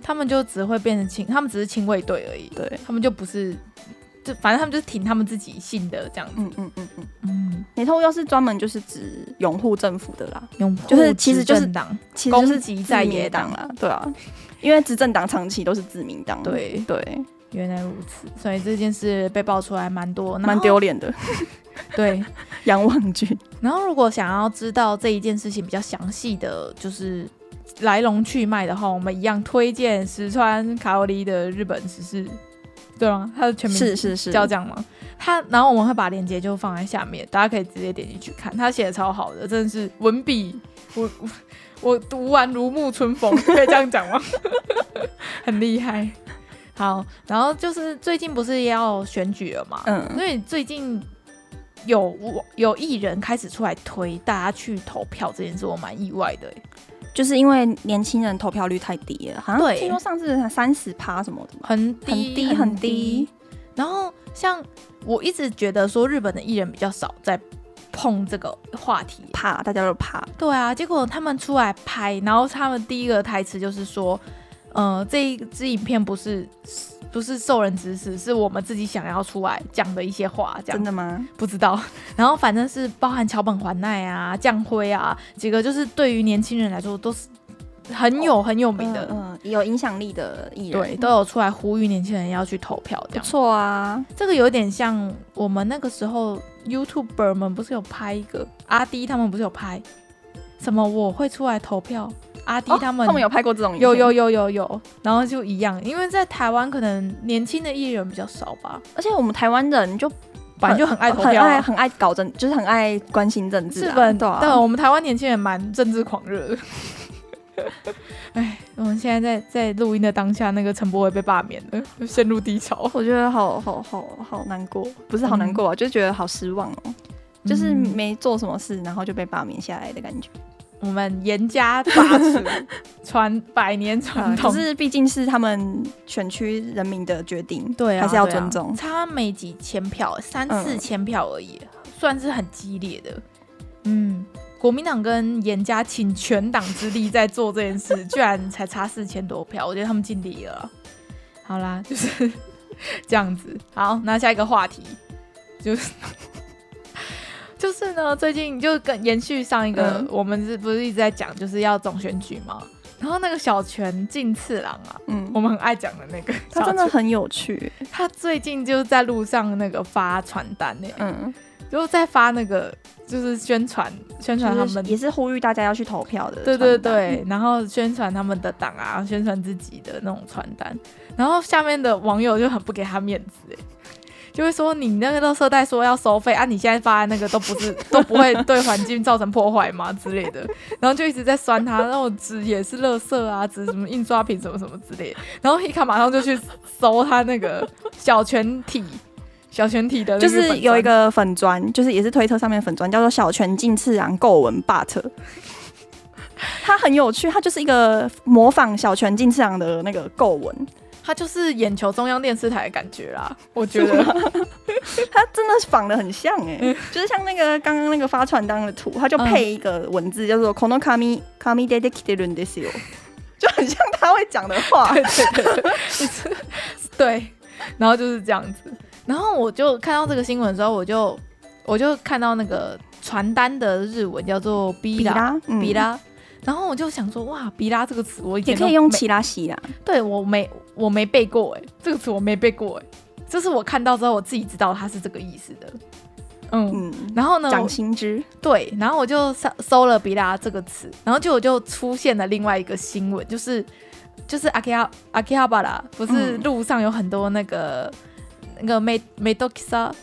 [SPEAKER 1] 他们就只会变成亲，他们只是亲卫队而已，
[SPEAKER 2] 对，
[SPEAKER 1] 他们就不是，就反正他们就是挺他们自己信的这样子。
[SPEAKER 2] 嗯嗯嗯嗯，
[SPEAKER 1] 嗯，
[SPEAKER 2] 哪头无忧是专门就是指拥护政府的啦，
[SPEAKER 1] 拥
[SPEAKER 2] 就是其实就是
[SPEAKER 1] 党，
[SPEAKER 2] 其实就是
[SPEAKER 1] 攻击在
[SPEAKER 2] 自民
[SPEAKER 1] 野党
[SPEAKER 2] 啦，对啊，因为执政党长期都是自民党，
[SPEAKER 1] 对，
[SPEAKER 2] 对，
[SPEAKER 1] 原来如此，所以这件事被爆出来蛮多，然后
[SPEAKER 2] 蛮丢脸 的，
[SPEAKER 1] 对，
[SPEAKER 2] 杨望军。
[SPEAKER 1] 然后，如果想要知道这一件事情比较详细的，就是来龙去脉的话，我们一样推荐石川卡欧里的《日本时事》，对吗？它的全名
[SPEAKER 2] 是是是，
[SPEAKER 1] 叫这样吗？它，然后我们会把链接就放在下面，大家可以直接点进去看。它写的超好的，真的是文笔，我我我读完如沐春风，可以这样讲吗？很厉害。好，然后就是最近不是要选举了嘛，
[SPEAKER 2] 嗯，
[SPEAKER 1] 所以最近有我有艺人开始出来推大家去投票这件事，我蛮意外的欸、
[SPEAKER 2] 就是因为年轻人投票率太低了，好像
[SPEAKER 1] 对
[SPEAKER 2] 听说上次才三十趴什么的嘛，
[SPEAKER 1] 很
[SPEAKER 2] 很
[SPEAKER 1] 低
[SPEAKER 2] 低很低。。
[SPEAKER 1] 然后像我一直觉得说日本的艺人比较少在碰这个话题，
[SPEAKER 2] 怕大家都怕，
[SPEAKER 1] 对啊，结果他们出来拍，然后他们第一个台词就是说，呃，这一支影片不是不是受人指使，是我们自己想要出来讲的一些话，这样
[SPEAKER 2] 真的吗？
[SPEAKER 1] 不知道。 然后反正是包含桥本环奈啊、江辉啊几个，就是对于年轻人来说都是很有很有名的，
[SPEAKER 2] 嗯，嗯有影响力的艺人，
[SPEAKER 1] 对，都有出来呼吁年轻人要去投票这
[SPEAKER 2] 不
[SPEAKER 1] 样。
[SPEAKER 2] 错啊。
[SPEAKER 1] 这个有点像我们那个时候 YouTuber 们不是有拍一个阿迪他们不是有拍什么我会出来投票，阿迪他们、
[SPEAKER 2] 哦他们有拍过这种影片
[SPEAKER 1] 有有，有有有，然后就一样，因为在台湾可能年轻的艺人比较少吧，
[SPEAKER 2] 而且我们台湾人就
[SPEAKER 1] 本来就很爱投
[SPEAKER 2] 很
[SPEAKER 1] 票、
[SPEAKER 2] 爱
[SPEAKER 1] 啊。
[SPEAKER 2] 很爱搞政，就是很爱关心政治、
[SPEAKER 1] 日
[SPEAKER 2] 啊，
[SPEAKER 1] 本
[SPEAKER 2] 对
[SPEAKER 1] 但
[SPEAKER 2] 啊，
[SPEAKER 1] 我们台湾年轻人蛮政治狂 热的。哎，我们现在在在录音的当下，那个陈柏伟被罢免了，就陷入低潮。
[SPEAKER 2] 我觉得好好好好难过，不是好难过啊，就是觉得好失望哦，就是
[SPEAKER 1] 嗯
[SPEAKER 2] 没做什么事，然后就被罢免下来的感觉。
[SPEAKER 1] 我们严家把 持传百年传
[SPEAKER 2] 可
[SPEAKER 1] 统，
[SPEAKER 2] 啊是毕竟是他们选区人民的决定，
[SPEAKER 1] 对啊，
[SPEAKER 2] 还是要
[SPEAKER 1] 对啊
[SPEAKER 2] 尊重。
[SPEAKER 1] 差没几千票，三
[SPEAKER 2] 嗯
[SPEAKER 1] 四千票而已，算是很激烈的。嗯，国民党跟严家倾全党之力在做这件事，居然才差四千多票，我觉得他们尽力了啦。好啦， 就是这样子。好，那下一个话题就是 就是呢，最近就跟延续上一个，
[SPEAKER 2] 嗯
[SPEAKER 1] 我们是不是一直在讲就是要总选举嘛？然后那个小泉进次郎啊，
[SPEAKER 2] 嗯，
[SPEAKER 1] 我们很爱讲的那个小
[SPEAKER 2] 他
[SPEAKER 1] 泉，
[SPEAKER 2] 真的很有趣，
[SPEAKER 1] 他最近就是在路上那个发传单呢、
[SPEAKER 2] 嗯，
[SPEAKER 1] 就是在发那个就是宣传宣传他
[SPEAKER 2] 就是
[SPEAKER 1] 们
[SPEAKER 2] 也是呼吁大家要去投票的，
[SPEAKER 1] 对对，对，然后宣传他们的党啊，宣传自己的那种传单，然后下面的网友就很不给他面子、欸，就会说你那个垃圾袋说要收费啊，你现在发的那个都不是都不会对环境造成破坏吗之类的，然后就一直在酸他，那种纸也是垃圾啊，纸什么印刷品什么什么之类的，然后 Hika 马上就去搜他那个小全体。小全体的那
[SPEAKER 2] 就
[SPEAKER 1] 日
[SPEAKER 2] 是
[SPEAKER 1] 本
[SPEAKER 2] 有一
[SPEAKER 1] 专
[SPEAKER 2] 个粉砖，就是也是推特上面的粉砖，叫做小泉进次郎购文 but。它很有趣，它就是一个模仿小泉进次郎的那个构文，
[SPEAKER 1] 他就是眼球中央电视台的感觉啦，我觉得。
[SPEAKER 2] 它真的仿的很像哎、就是像那个刚刚那个发传单的图，它就配一个文字叫做 “kono kami kami d e d e k i t e r u n d e s o 就很像他会讲的 话。
[SPEAKER 1] 对对对，对，然后就是这样子。然后我就看到这个新闻的时候，我就我就看到那个传单的日文叫做“比拉”，
[SPEAKER 2] 嗯
[SPEAKER 1] 比拉。然后我就想说，哇，比拉这个词我以前
[SPEAKER 2] 也可
[SPEAKER 1] 都
[SPEAKER 2] 以用
[SPEAKER 1] 没
[SPEAKER 2] 奇拉西啦，
[SPEAKER 1] 对我没我没背过哎、这个词我没背过哎、就是我看到之后我自己知道它是这个意思的。嗯，
[SPEAKER 2] 嗯，
[SPEAKER 1] 然后呢，
[SPEAKER 2] 掌心之，
[SPEAKER 1] 对，然后我就搜搜了“比拉”这个词，然后结果就出现了另外一个新闻，就是就是阿基亚阿基亚巴拉，不是
[SPEAKER 2] 嗯
[SPEAKER 1] 路上有很多那个、那个梅梅多基萨，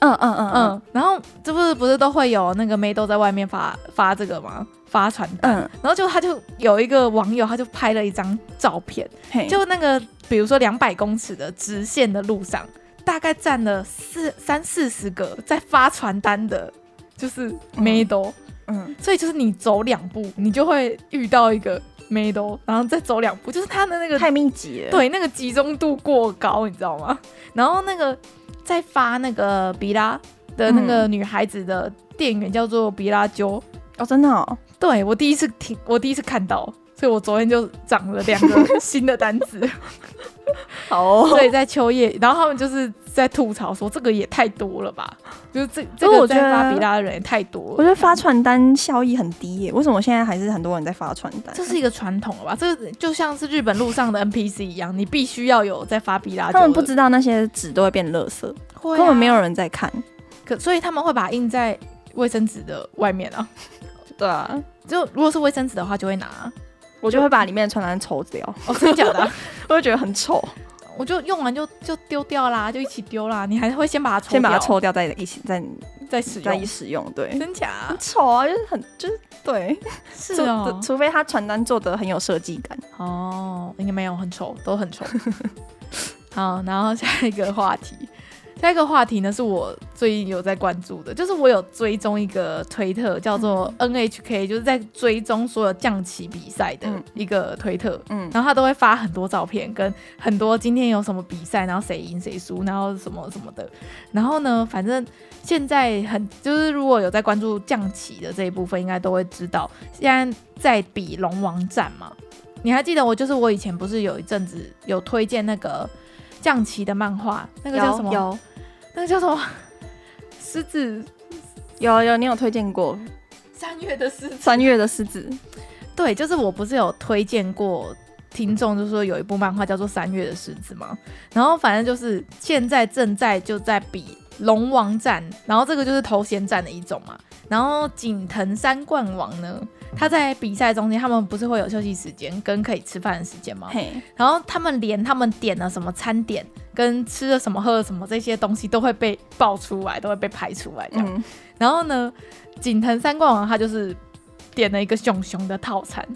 [SPEAKER 2] 嗯嗯嗯嗯
[SPEAKER 1] 嗯，然后这不是不是都会有那个梅都在外面发发这个吗？发传单，
[SPEAKER 2] 嗯，
[SPEAKER 1] 然后就他就有一个网友，他就拍了一张照片，
[SPEAKER 2] 嘿，
[SPEAKER 1] 就那个比如说两百公尺的直线的路上，大概站了四三四十个在发传单的，就是梅都。
[SPEAKER 2] 嗯，
[SPEAKER 1] 所以就是你走两步，你就会遇到一个 medal，然后再走两步，就是他的那个
[SPEAKER 2] 太密集了，
[SPEAKER 1] 对那个集中度过高，你知道吗？ 然后那个在发那个比拉的那个女孩子的店员叫做比拉鸠，
[SPEAKER 2] 哦，真的哦，
[SPEAKER 1] 对我第一次听，我第一次看到，所以我昨天就长了两个新的单 词。
[SPEAKER 2] 好哦
[SPEAKER 1] 所以在秋叶，然后他们就是在吐槽说这个也太多了吧，就是这这
[SPEAKER 2] 不过
[SPEAKER 1] 个
[SPEAKER 2] 我觉
[SPEAKER 1] 在
[SPEAKER 2] 得
[SPEAKER 1] 发比拉的人也太多
[SPEAKER 2] 我
[SPEAKER 1] 了。
[SPEAKER 2] 觉得发传单效益很低耶，为什么现在还是很多人在发传单？
[SPEAKER 1] 这是一个传统了吧？这个就像是日本路上的 NPC 一样，你必须要有在发比拉酒的，
[SPEAKER 2] 他们不知道那些纸都会变垃圾，
[SPEAKER 1] 会、啊，
[SPEAKER 2] 根本没有，人在看。
[SPEAKER 1] 可所以他们会把它印在卫生纸的外面啊。
[SPEAKER 2] 对啊，
[SPEAKER 1] 就如果是卫生纸的话，就会拿啊、
[SPEAKER 2] 我就会把里面的传单抽掉，
[SPEAKER 1] 哦，真的假的啊、
[SPEAKER 2] 我会觉得很丑，
[SPEAKER 1] 我就用完就就丢掉啦，就一起丢啦。你还会先把它抽掉，
[SPEAKER 2] 先把它抽掉，再一起再
[SPEAKER 1] 再使
[SPEAKER 2] 再一
[SPEAKER 1] 用，
[SPEAKER 2] 使用。对，
[SPEAKER 1] 真假啊、
[SPEAKER 2] 很丑啊，就是很就是对，
[SPEAKER 1] 是
[SPEAKER 2] 做
[SPEAKER 1] 哦，
[SPEAKER 2] 除非他传单做的很有设计感。
[SPEAKER 1] 哦，应该没有，很丑，都很丑。 好，然后下一个话题，下一个话题呢是我最近有在关注的，就是我有追踪一个推特，叫做 NHK，、就是在追踪所有降旗比赛的
[SPEAKER 2] 嗯
[SPEAKER 1] 一个推特。
[SPEAKER 2] 嗯，
[SPEAKER 1] 然后他都会发很多照片，跟很多今天有什么比赛，然后谁赢谁输，然后什么什么的。然后呢，反正现在很就是如果有在关注降旗的这一部分，应该都会知道现在在比龙王战嘛。你还记得我就是我以前不是有一阵子有推荐那个降旗的漫画，那个叫什么？
[SPEAKER 2] 有
[SPEAKER 1] 那个叫什么？狮子
[SPEAKER 2] 有有，你有推荐过
[SPEAKER 1] 三月的狮子。
[SPEAKER 2] 三月的狮子？
[SPEAKER 1] 对，就是我不是有推荐过听众，就是说有一部漫画叫做《三月的狮子》嘛，然后反正就是现在正在就在比龙王战，然后这个就是头衔战的一种嘛。然后景藤三冠王呢，他在比赛中间，他们不是会有休息时间跟可以吃饭的时间吗？
[SPEAKER 2] 嘿，
[SPEAKER 1] 然后他们连他们点了什么餐点、跟吃了什么、喝了什么这些东西都会被爆出来，都会被排出来这样。
[SPEAKER 2] 嗯，
[SPEAKER 1] 然后呢，景藤三冠王他就是点了一个熊熊的套餐，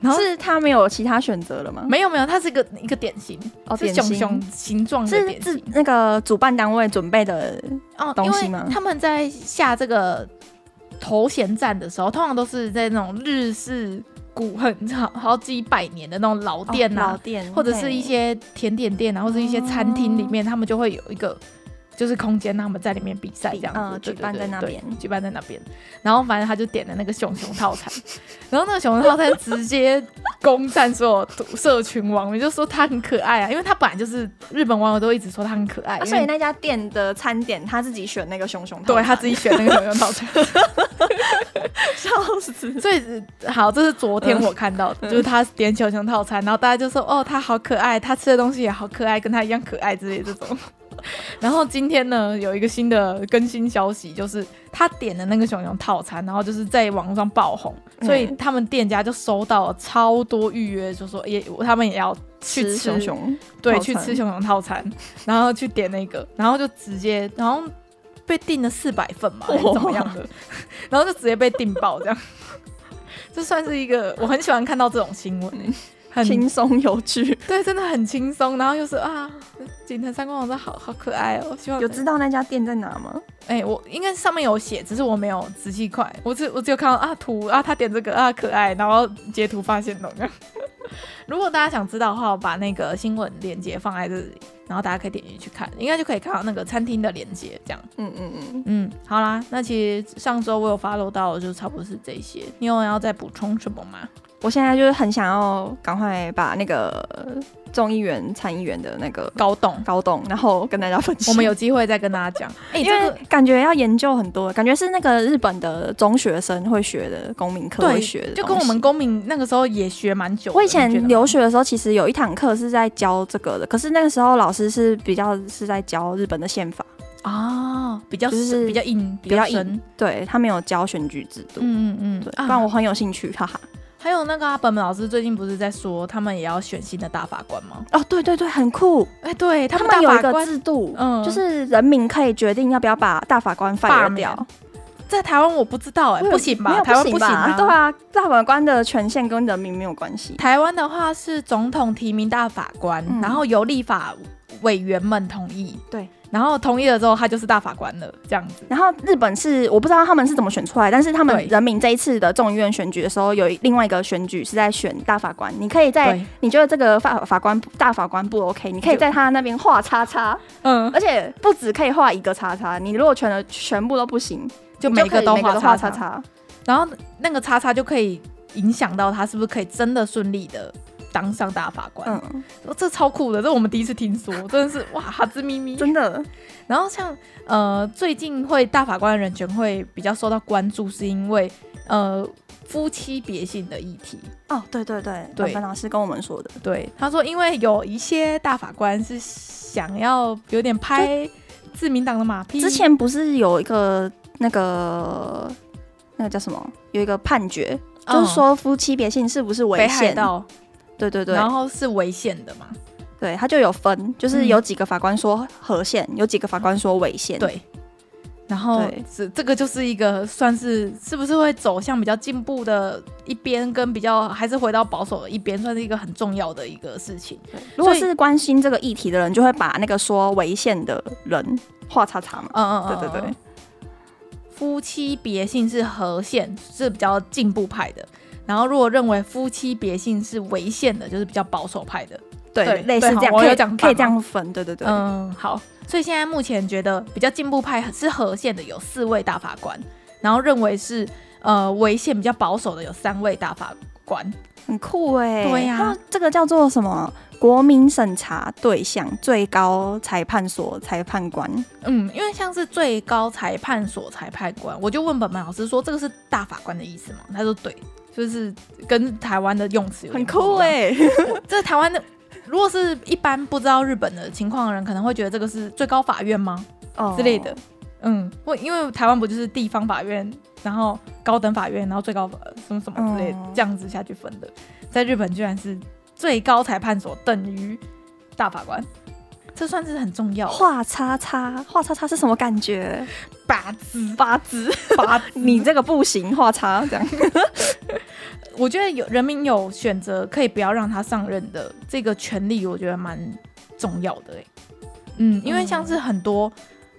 [SPEAKER 1] 然后
[SPEAKER 2] 是他没有其他选择了吗？
[SPEAKER 1] 没有没有，它是一个一个点心，
[SPEAKER 2] 哦
[SPEAKER 1] 是
[SPEAKER 2] 点
[SPEAKER 1] 熊
[SPEAKER 2] 心
[SPEAKER 1] 熊形状的
[SPEAKER 2] 是
[SPEAKER 1] 点
[SPEAKER 2] 自
[SPEAKER 1] 心
[SPEAKER 2] 那个主办单位准备的
[SPEAKER 1] 哦，
[SPEAKER 2] 东西
[SPEAKER 1] 因为
[SPEAKER 2] 吗
[SPEAKER 1] 他们在下这个头衔战的时候，通常都是在那种日式古很好好几百年的那种老店
[SPEAKER 2] 哦
[SPEAKER 1] 啊，
[SPEAKER 2] 老店哦
[SPEAKER 1] 或者是一些甜点店啊，或者一些餐厅里面，他们就会有一个就是空间，让他们在里面比赛这样子，
[SPEAKER 2] 嗯
[SPEAKER 1] 对
[SPEAKER 2] 举办在那，
[SPEAKER 1] 对对
[SPEAKER 2] 边
[SPEAKER 1] 对举办在那边。然后反正他就点了那个熊熊套餐，然后那个熊熊套餐直接攻占所有社群网友，就说他很可爱啊，因为他本来就是日本网友都一直说他很可爱，
[SPEAKER 2] 啊
[SPEAKER 1] 因
[SPEAKER 2] 所以
[SPEAKER 1] 为
[SPEAKER 2] 那家店的餐点他自己选那个熊熊
[SPEAKER 1] 对
[SPEAKER 2] 套餐，
[SPEAKER 1] 他自己选那个熊熊套餐。
[SPEAKER 2] 笑 死。
[SPEAKER 1] 所以好，这是昨天我看到的，就是他点球熊套餐，然后大家就说哦，他好可爱，他吃的东西也好可爱，跟他一样可爱之类的这种。 然后今天呢，有一个新的更新消息，就是他点的那个熊熊套餐，然后就是在网络上爆红，所以他们店家就收到了超多预约，就说也他们也要去吃
[SPEAKER 2] 熊熊，
[SPEAKER 1] 对，
[SPEAKER 2] 套
[SPEAKER 1] 去
[SPEAKER 2] 餐
[SPEAKER 1] 吃熊熊套餐，然后去点那个，然后就直接，然后被订了四百份嘛，还是怎么样的，然后就直接被订爆这样。 这算是一个我很喜欢看到这种新闻、欸，很
[SPEAKER 2] 嗯轻松有趣。
[SPEAKER 1] 对，真的很轻松。然后又是啊，景藤三光老师好好可爱哦，希望
[SPEAKER 2] 有知道那家店在哪吗？
[SPEAKER 1] 哎、我应该上面有写，只是我没有仔细看，我只我只有看到啊图啊，他点这个啊可爱，然后截图发现的。 如果大家想知道的话，我把那个新闻链接放在这里，然后大家可以点进去看，应该就可以看到那个餐厅的链接。这样，
[SPEAKER 2] 嗯嗯嗯，
[SPEAKER 1] 嗯，好啦，那其实上周我有 follow 到，就差不多是这些。你有要再补充什么吗？
[SPEAKER 2] 我现在就是很想要赶快把那个众议员、参议员的那个
[SPEAKER 1] 搞懂，
[SPEAKER 2] 高栋，然后跟大家分享。
[SPEAKER 1] 我们有机会再跟大家讲。哎、
[SPEAKER 2] 因
[SPEAKER 1] 这
[SPEAKER 2] 为
[SPEAKER 1] 个
[SPEAKER 2] 感觉要研究很多，感觉是那个日本的中学生会学的公民课会学的
[SPEAKER 1] 对，
[SPEAKER 2] 东西，
[SPEAKER 1] 就跟我们公民那个时候也学蛮久的。
[SPEAKER 2] 我以
[SPEAKER 1] 你觉得
[SPEAKER 2] 前
[SPEAKER 1] 吗
[SPEAKER 2] 留学的时候，其实有一堂课是在教这个的，可是那个时候老师是比较是在教日本的宪法，
[SPEAKER 1] 啊、比较
[SPEAKER 2] 就是
[SPEAKER 1] 深比较硬，比
[SPEAKER 2] 比较
[SPEAKER 1] 较
[SPEAKER 2] 硬
[SPEAKER 1] 深。
[SPEAKER 2] 对他没有教选举制度，
[SPEAKER 1] 嗯嗯嗯，
[SPEAKER 2] 对，
[SPEAKER 1] 啊
[SPEAKER 2] 不然我很有兴趣，哈哈。
[SPEAKER 1] 还有那个、啊、本本老师最近不是在说他们也要选新的大法官吗？
[SPEAKER 2] 哦，对对对，很酷，
[SPEAKER 1] 哎、对他
[SPEAKER 2] 他
[SPEAKER 1] 们大
[SPEAKER 2] 们有一
[SPEAKER 1] 法
[SPEAKER 2] 个
[SPEAKER 1] 官
[SPEAKER 2] 制度，
[SPEAKER 1] 嗯
[SPEAKER 2] 就是人民可以决定要不要把大法官
[SPEAKER 1] 罢
[SPEAKER 2] fire 掉
[SPEAKER 1] 免。，在台湾我不知道哎、
[SPEAKER 2] 我有
[SPEAKER 1] 不行
[SPEAKER 2] 没
[SPEAKER 1] 吧？
[SPEAKER 2] 有
[SPEAKER 1] 台湾
[SPEAKER 2] 不
[SPEAKER 1] 行啊，
[SPEAKER 2] 对。啊，大法官的权限跟人民没有关系。
[SPEAKER 1] 台湾的话是总统提名大法官，
[SPEAKER 2] 嗯
[SPEAKER 1] 然后由立法委员们同意，
[SPEAKER 2] 对，
[SPEAKER 1] 然后同意了之后他就是大法官了，这样子。
[SPEAKER 2] 然后日本是我不知道他们是怎么选出来，但是他们
[SPEAKER 1] 对
[SPEAKER 2] 人民这一次的众议院选举的时候，有一另外一个选举是在选大法官。你可以在
[SPEAKER 1] 对
[SPEAKER 2] 你觉得这个法法官不大法官不 OK，你可以在他那边画叉叉，
[SPEAKER 1] 嗯，
[SPEAKER 2] 而且不只可以画一个叉叉，你如果全的全部都不行，
[SPEAKER 1] 就
[SPEAKER 2] 你就
[SPEAKER 1] 每个
[SPEAKER 2] 可以
[SPEAKER 1] 都
[SPEAKER 2] 每个
[SPEAKER 1] 画
[SPEAKER 2] 都
[SPEAKER 1] 叉
[SPEAKER 2] 画叉叉。
[SPEAKER 1] 然后那个叉叉就可以影响到他是不是可以真的顺利的当上大法官。
[SPEAKER 2] 嗯，
[SPEAKER 1] 哦这超酷的，这我们第一次听说，真的是哇，哈兹咪咪。
[SPEAKER 2] 真的，
[SPEAKER 1] 然后像呃，最近会大法官的人权会比较受到关注，是因为呃夫妻别姓的议题。
[SPEAKER 2] 哦，对对对，
[SPEAKER 1] 对
[SPEAKER 2] 本本老师跟我们说的，
[SPEAKER 1] 对，他说因为有一些大法官是想要有点拍自民党的马屁，
[SPEAKER 2] 之前不是有一个那个那个叫什么，有一个判决，
[SPEAKER 1] 嗯
[SPEAKER 2] 就是说夫妻别姓是不是
[SPEAKER 1] 北
[SPEAKER 2] 违
[SPEAKER 1] 海
[SPEAKER 2] 宪？
[SPEAKER 1] 道，
[SPEAKER 2] 对对对，
[SPEAKER 1] 然后是违宪的嘛？
[SPEAKER 2] 对，他就有分，就是
[SPEAKER 1] 嗯
[SPEAKER 2] 有几个法官说合宪，有几个法官说违宪。
[SPEAKER 1] 对。然后
[SPEAKER 2] 对
[SPEAKER 1] 这这个就是一个算是是不是会走向比较进步的一边，跟比较还是回到保守的一边，算是一个很重要的一个事情。
[SPEAKER 2] 如
[SPEAKER 1] 所
[SPEAKER 2] 果
[SPEAKER 1] 以
[SPEAKER 2] 是关心这个议题的人，就会把那个说违宪的人画叉叉嘛。
[SPEAKER 1] 嗯嗯
[SPEAKER 2] 对
[SPEAKER 1] 嗯，
[SPEAKER 2] 对
[SPEAKER 1] 嗯
[SPEAKER 2] 对。，
[SPEAKER 1] 夫妻别姓是和宪，是比较进步派的。然后，如果认为夫妻别姓是违宪的，就是比较保守派的。对
[SPEAKER 2] 对，类似
[SPEAKER 1] 对
[SPEAKER 2] 这样，
[SPEAKER 1] 我
[SPEAKER 2] 可
[SPEAKER 1] 有
[SPEAKER 2] 以
[SPEAKER 1] 讲反
[SPEAKER 2] 可以
[SPEAKER 1] 吗
[SPEAKER 2] 这样分。对对对，
[SPEAKER 1] 嗯，好。所以现在目前觉得比较进步派是和宪的有四位大法官，然后认为是呃违宪比较保守的有三位大法官。
[SPEAKER 2] 很酷哎。
[SPEAKER 1] 对呀
[SPEAKER 2] 他们这个叫做什么？国民审查对象最高裁判所裁判官。
[SPEAKER 1] 嗯，因为像是最高裁判所裁判官，我就问本本老师说这个是大法官的意思吗？他说对，就是跟台湾的用词有点
[SPEAKER 2] 很
[SPEAKER 1] 不一
[SPEAKER 2] 酷
[SPEAKER 1] 样
[SPEAKER 2] 哎、
[SPEAKER 1] 这台湾的，如果是一般不知道日本的情况的人，可能会觉得这个是最高法院吗
[SPEAKER 2] 哦
[SPEAKER 1] 之类的。嗯，我因为台湾不就是地方法院，然后高等法院，然后最高法呃什么什么之类的、
[SPEAKER 2] 嗯
[SPEAKER 1] 这样子下去分的，在日本居然是最高裁判所等于大法官，这算是很重要
[SPEAKER 2] 画叉叉，画叉叉是什么感觉？
[SPEAKER 1] 八字
[SPEAKER 2] 八字，
[SPEAKER 1] 八字。
[SPEAKER 2] 你这个不行，画叉 这样。
[SPEAKER 1] 我觉得有人民有选择可以不要让他上任的这个权利，我觉得蛮重要的、欸、嗯，因为像是很多。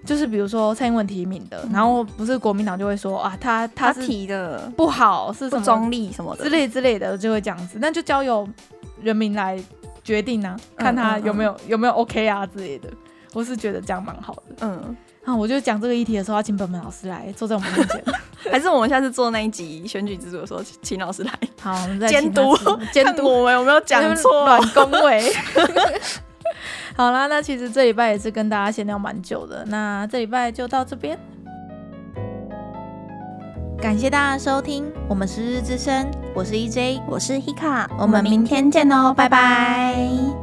[SPEAKER 1] 就是比如说蔡英文提名的，
[SPEAKER 2] 嗯
[SPEAKER 1] 然后不是国民党就会说啊，他他
[SPEAKER 2] 他
[SPEAKER 1] 是
[SPEAKER 2] 提的
[SPEAKER 1] 不好，是什
[SPEAKER 2] 不
[SPEAKER 1] 么
[SPEAKER 2] 中立什么的
[SPEAKER 1] 之类之类的，就会这样子。那就嗯交由人民来决定啊，看他有没有有没有 OK 啊之类的。我是觉得这样蛮好的。
[SPEAKER 2] 嗯，
[SPEAKER 1] 啊，我就讲这个议题的时候，要请本本老师来坐在我们面前。
[SPEAKER 2] 还是我们下次做那一集选举制度的时候，请请老师来
[SPEAKER 1] 好，我们再
[SPEAKER 2] 监
[SPEAKER 1] 请他
[SPEAKER 2] 督
[SPEAKER 1] 吃监
[SPEAKER 2] 看
[SPEAKER 1] 督
[SPEAKER 2] 我们有没有讲错。
[SPEAKER 1] 乱恭维。 好啦，那其实这礼拜也是跟大家闲聊蛮久的，那这礼拜就到这边。感谢大家收听，我们
[SPEAKER 2] E
[SPEAKER 1] 是日之声，我是 EJ，
[SPEAKER 3] 我是 Hika，
[SPEAKER 1] 我们明
[SPEAKER 3] 天见哦，拜拜